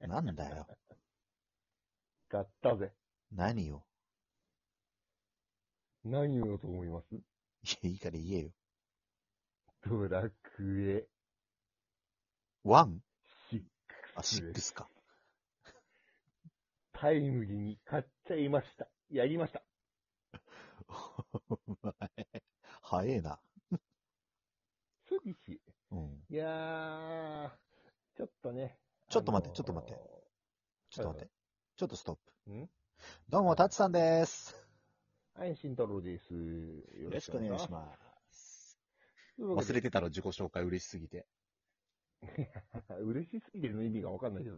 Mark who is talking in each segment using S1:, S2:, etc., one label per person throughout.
S1: なんだよ。
S2: 買ったぜ。
S1: 何を。
S2: 何をと思います
S1: いや、いいから言えよ。
S2: ドラクエ
S1: ワン
S2: 6。
S1: あ、シックスか。
S2: タイムリーに買っちゃいました。やりました。
S1: お前、早えな。
S2: そうです。
S1: うん。
S2: いやー、ちょっとね。
S1: ちょっと待ってちょっと待って
S2: て。
S1: ちょっと待って。ちょっとストップ。
S2: ん
S1: どうも、たちさんです。
S2: はい、慎太郎です。よす。
S1: ます。
S2: というわけ
S1: 忘
S2: で
S1: れてたろ、自己紹介嬉しすぎて。
S2: 嬉しすぎてるの意味がわかんないけど。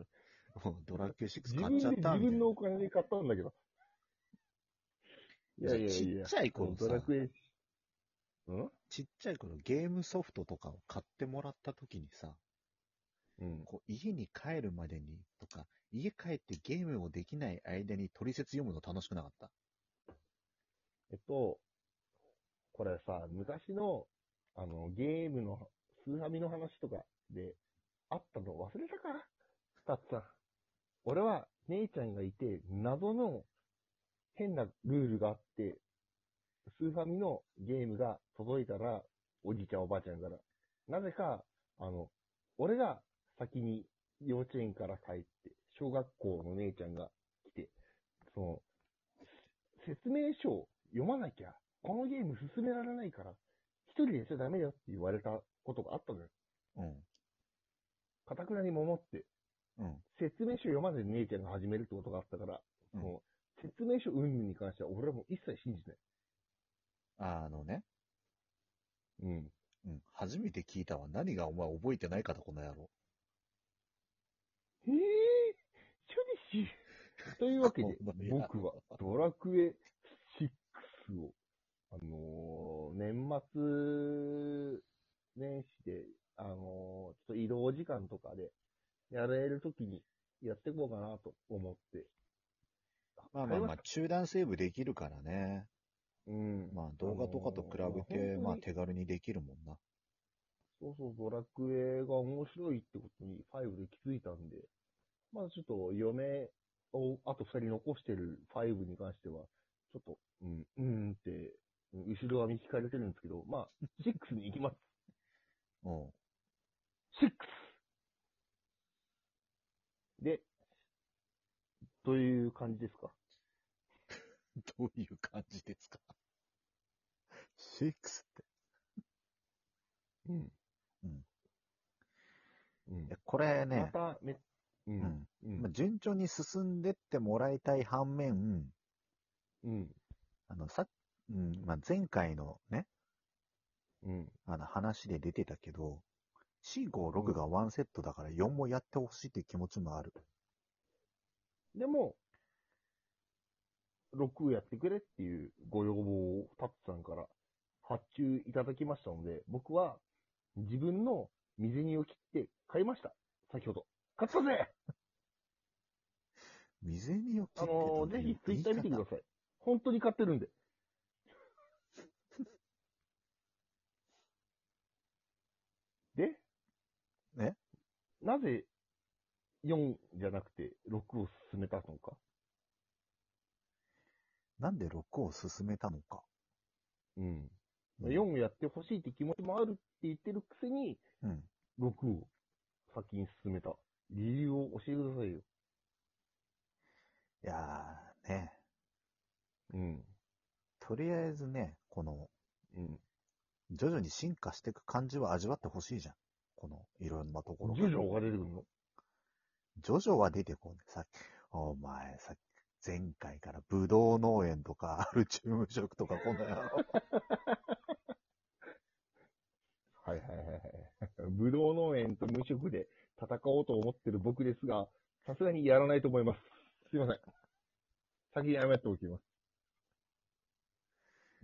S1: もうドラクエ6
S2: 自
S1: 買っ
S2: 分
S1: ち
S2: で
S1: ゃっ
S2: 自
S1: たみたい
S2: 分のお金で買ったんだけど。い
S1: な
S2: やいやい
S1: ちっ
S2: や。
S1: ちゃい頃
S2: ド
S1: さ
S2: ラ、クエ。うん
S1: ちっちゃい頃ゲームソフトとかを買ってもらった時にさ、
S2: うん。
S1: こう家に帰るまでにとか、家帰ってゲームをできない間に取説読むの楽しくなかった。
S2: えっと、これさ、昔の、あの、ゲームの、スーファミの話とかで、あったの忘れたかたっさん。俺は、姉ちゃんがいて、謎の、変なルールがあって、スーファミのゲームが届いたら、おじいちゃんおばあちゃんから。なぜか、あの、俺が先に幼稚園から帰って、小学校の姉ちゃんが来て、その、説明書を読まなきゃ、このゲーム進められないから、一人でしちゃダメだよって言われたことがあったのよ。
S1: うん。
S2: かたくなに守って、
S1: うん。
S2: 説明書読まずに姉ちゃんが始めるってことがあったから、
S1: うん
S2: もう、説明書云々に関しては俺はもう一切信じない。
S1: あのね、
S2: うん。
S1: うん。初めて聞いたわ。何がお前覚えてないかだ、この野郎。
S2: へぇー、処理し。というわけ で
S1: お前、や
S2: 僕はドラクエ6を、あのー年末年始で、あのーちょっと移動時間とかで、やれるときにやっていこうかなと思って。
S1: まあまあま
S2: 買い
S1: あ、中断セーブできるからね。
S2: したうん。
S1: まあ、動画とかと比べて、
S2: あのー
S1: ま
S2: 本
S1: あ、
S2: 当に
S1: 手軽にできるもんな。
S2: そうそう、ドラクエが面白いってことに5で気づいたんで、まあちょっと嫁をあと2人残してる5に関しては、ちょっと、うん、うんって、うん後ろ髪引かれてるんですけど、まあ、6に行き ます。
S1: うん。
S2: 6! で、という感じですか。
S1: どういう感じですか ?6 って。
S2: うん。
S1: うん。
S2: うん
S1: え、これ
S2: ま
S1: ね、
S2: た、め、う。
S1: うんん。
S2: うん。
S1: まあ、順調に進んでってもらいたい反面、
S2: うん。
S1: あの、さ、うん、まあ、前回のね、
S2: うん。
S1: あの話で出てたけど、4、5、6がワンセットだから4もやってほしいっていう気持ちもある。
S2: でも、6をやってくれっていうご要望をタッツさんから発注いただきましたので、僕は自分の水煮を切って買いました。先ほど。買ったぜ
S1: 未然によって
S2: あのー、ぜひツイッター見てください。本当に買ってるんで。 で
S1: え
S2: なぜ4じゃなくて6を進めたのか
S1: なんで6を進めたのか。
S2: うん。
S1: うん
S2: 4をやってほしいって気持ちもあるって言ってるくせに、
S1: うん。
S2: 6を先に進めた。理由を教えてくださいよ。
S1: いやー、ね。
S2: うん。
S1: とりあえずね、この、
S2: うん。
S1: 徐々に進化していく感じは味わってほしいじゃん。この、いろんなところが
S2: 徐々が出てくるの
S1: 徐々は出てこない。さっき、お前、さっき、前回からブドウ農園とか、 あるチーム食とか、こんなや ろ。
S2: はいはいはいはい。ぶどう農園と無職で戦おうと思ってる僕ですが、さすがにやらないと思います。すいません。先に謝っておきます。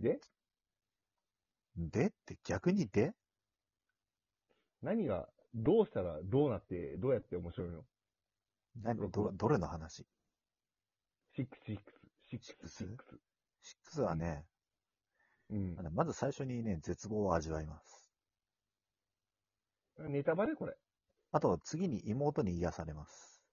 S1: でって、逆にで
S2: 何が、どうしたらどうなって、どうやって面白いの
S1: 何ど、どれの話
S2: ?6、6、6、6。
S1: ?6 はね、
S2: うん
S1: あ。のまず最初にね、絶望を味わいます。
S2: ネタバレこれ。
S1: あと、次に妹に癒されます。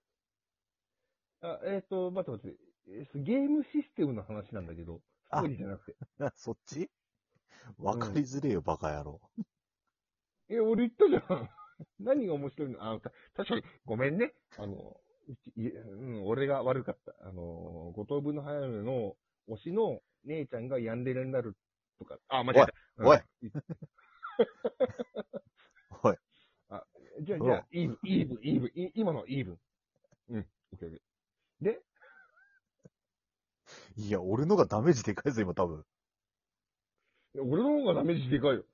S2: あ、えっ、と、待って待って。えーゲームシステムの話なんだけど、スト
S1: あ
S2: ーリーじゃなくて。
S1: なそっち わかりづれえよ、バカ野郎。
S2: え、俺言ったじゃん。 何が面白いのあ、た確かに、ごめんね。あの、うちいうん、俺が悪かった。あの、五等分の早めの推しの姉ちゃんがヤンデレになるとか。あ、間違えた。
S1: おい
S2: うん
S1: おい、
S2: じゃあ、
S1: お
S2: じゃあ、イーブン、イーブン、イーブン、い今のはイーブン。うん、オッケーオッケー。で、
S1: いや、俺のがダメージでかいぞ、今多分。
S2: 俺の方がダメージでかいよ。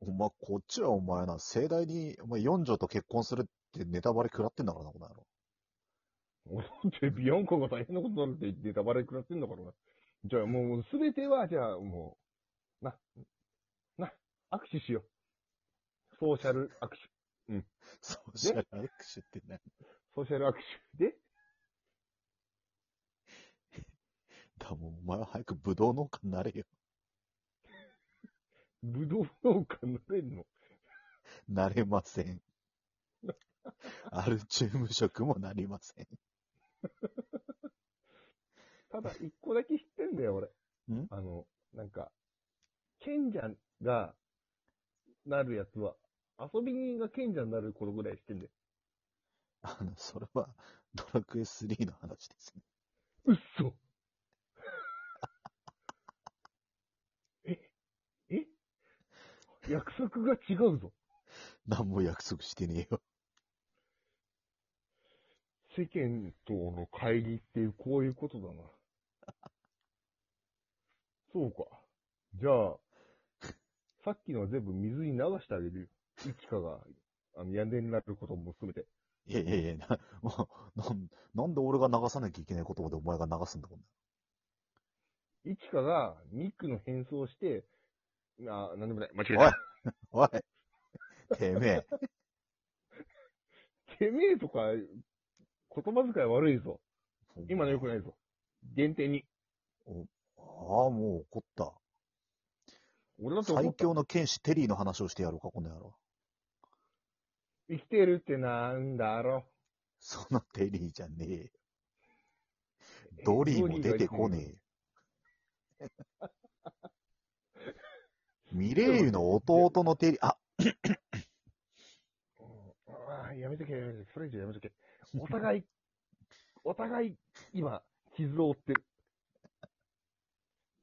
S1: お前、こっちはお前な、盛大に、お前四女と結婚するってネタバレ食らってんだからな、この野郎。
S2: 俺だ ってビヨンコが大変なことになるって言ってネタバレ食らってんだからな。じゃあもうすべては、じゃあもう、な、な、握手しよう。ソーシャル握手。
S1: そうしたら握手ってね、
S2: ソーシャル握手。で、
S1: 多分お前は早くブドウ農家になれよ。
S2: ブドウ農家になれんの
S1: なれません。アルチューム食もなりません。
S2: ただ一個だけ知ってんだよ、俺。
S1: ん
S2: あの、なんか、賢者が、なるやつは、遊び人が賢者になることぐらい知ってんだよ。
S1: あの、それは、ドラクエ3の話ですね。
S2: うっそ ええ約束が違うぞ。
S1: 何も約束してねえよ。
S2: 世間との乖離っていう、こういうことだな。そうか。じゃあ、さっきのは全部水に流してあげるよ。いちかが、あの、やんでになることも含めて。
S1: いやいやいや、な、もう、なん、なんで俺が流さなきゃいけないことまでお前が流すんだ、こん
S2: いちかが、ミックの変装をして、あ、なんでもない。間違
S1: な。おいお いてめえ、
S2: てめえとか、言葉遣い悪いぞ。今の良く
S1: い。
S2: ないぞ。限定に。
S1: ああ、もう怒った。
S2: 俺だって思
S1: 最
S2: った
S1: 強の剣士テリーの話をしてやろうか、この野郎。
S2: 生きてるってなんだろ
S1: そのテリーじゃねえよ。ドリーも出てこねえよ。ミレイユの弟のテリー、あ、
S2: え。ああ、やめとけ、やめとけ。それ以上やめとけ。お互い、 お互い、今、傷を負ってる。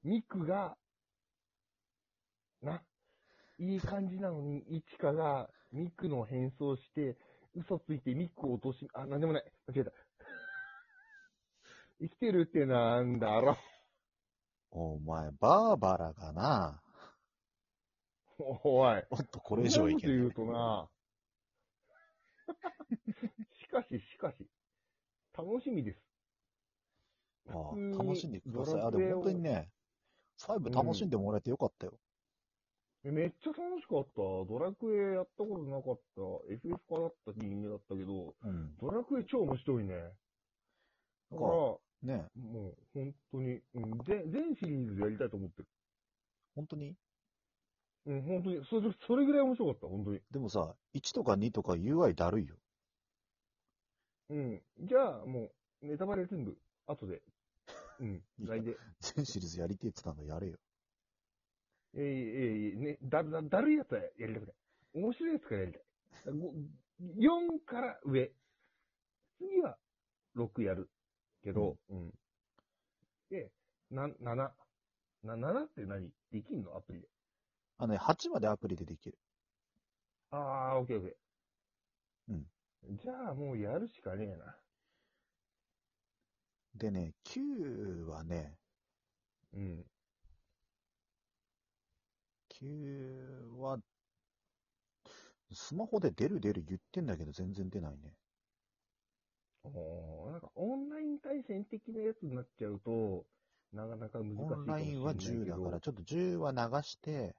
S2: ミクが、な、いい感じなのに、イチカが、ミクの変装して、嘘ついてミクを落とし、あ、なんでもない。間違えた。 生きてるってなんだろ
S1: お前、バーバラがな、
S2: おい。
S1: おっと、これ以上はいけ
S2: そん
S1: な
S2: ないこ。と言うとな。しかし、しかし、楽しみです。
S1: あ
S2: 普通に
S1: あ楽しんでください。あ、
S2: ド
S1: で
S2: ラクエを
S1: も本当にね、細部楽しんでもらえてよかったよ。
S2: めっちゃ楽しかった。ドラクエやったことなかった。FF 化だった人間だったけど、
S1: うん。
S2: ドラクエ超面白いね。だから、も
S1: ねえ
S2: う、本当に、うん、ぜ全シリーズやりたいと思ってる。
S1: 本当に
S2: うん、本当に、それ、それぐらい面白かった、本当に。
S1: でもさ、1とか2とか UI だるいよ。
S2: うん。じゃあ、もう、ネタバレ全部、後で。うん、
S1: いや
S2: LINE で。
S1: 全シリーズやりてえって言ったのやれよ。
S2: ええええね、だ、だ、だるいやつはやりたくない。面白いやつからやりたい。ご4から上。次は6やる。けど、うん。で、な、7。な、7って何できんのアプリで。
S1: あのね、8までアプリでできる。
S2: ああ、オッケーオッケー。
S1: うん。
S2: じゃあもうやるしかねえな。
S1: でね、9はね、
S2: うん。
S1: 9は、スマホで出る出る言ってんだけど全然出ないね。
S2: おーなんかオンライン対戦的なやつになっちゃうと、なかなか難しいかもし
S1: オ
S2: れない
S1: ン
S2: けど。
S1: ラインは10だから、。ちょっと10は流して、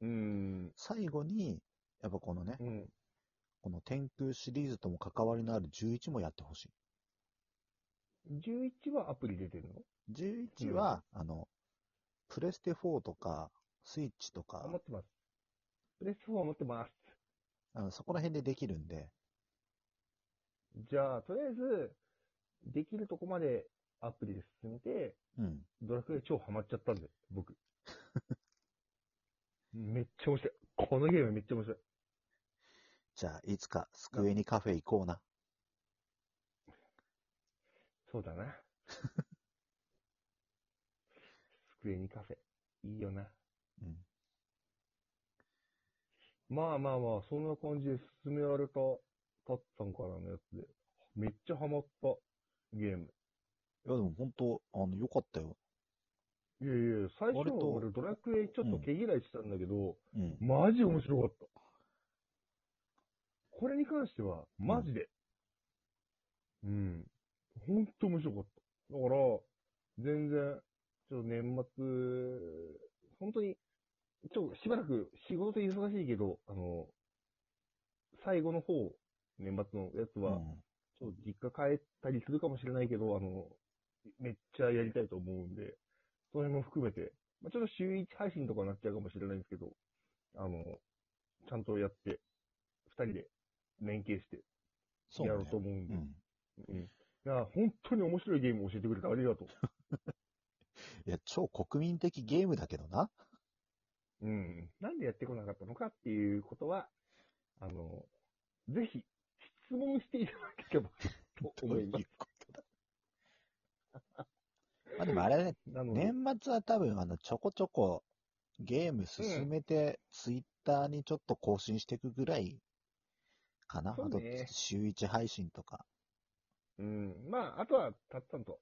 S2: うん。
S1: 最後に、やっぱこのね、
S2: うん。
S1: この天空シリーズとも関わりのある11もやってほしい。
S2: 11はアプリ出てるの
S1: 11は、あの、プレステ4とか、スイッチと
S2: あ
S1: か
S2: 持、ってます。プレス4を持ってます。
S1: あの、そこら辺でできるんで、
S2: じゃあ、とりあえず、できるとこまでアプリで進めて、
S1: うん。
S2: ドラクエ超ハマっちゃったんで、僕。めっちゃ面白い。このゲームめっちゃ面白い。
S1: じゃあ、いつか、スクエニカフェ行こうな。
S2: そうだな。スクエニカフェ。いいよな。
S1: うん。
S2: まあまあまあ、そんな感じで進められた、たっさんからのやつで。めっちゃハマったゲーム。
S1: いや、でも本当、あの、良かったよ。
S2: いやいや、最
S1: 割
S2: 初
S1: と
S2: 俺ドラクエちょっと毛嫌いしてたんだけど、
S1: うん。
S2: マジ面白かった。これに関しては、マジで。うん。ほんと面白かった。だから、全然、ちょっと年末、本当に、ちょっとしばらく仕事忙しいけど、あの、最後の方、年末のやつ
S1: う
S2: は、
S1: ん。
S2: ちょっと実家帰ったりするかもしれないけど、あの、めっちゃやりたいと思うんで、その辺も含めて、まあ、ちょっと週1配信とかになっちゃうかもしれないんですけど、あの、ちゃんとやって、二人で連携して
S1: そう
S2: や
S1: ね
S2: ろうと思うん
S1: う
S2: で、
S1: ん。
S2: うんいや、本当に面白いゲームを教えてくれてありがと
S1: いや、超国民的ゲームだけどな。
S2: う。うん。なんでやってこなかったのかっていうことは、あの、ぜひ、質問していただければと思います。
S1: ことだ。 まあでもあれだね、
S2: なので、
S1: 年末は多分、あの、ちょこちょこ、ゲーム進めて、ツイッターにちょっと更新していくぐらい、かな。
S2: そうね
S1: あと、週一配信とか。
S2: うん。まあ、あとは、たっさんと、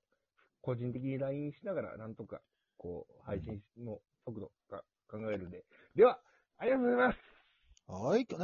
S2: 個人的に LINE しながら、なんとか、こう、配信の速度が考えるんで。では、ありがとうございます
S1: はい、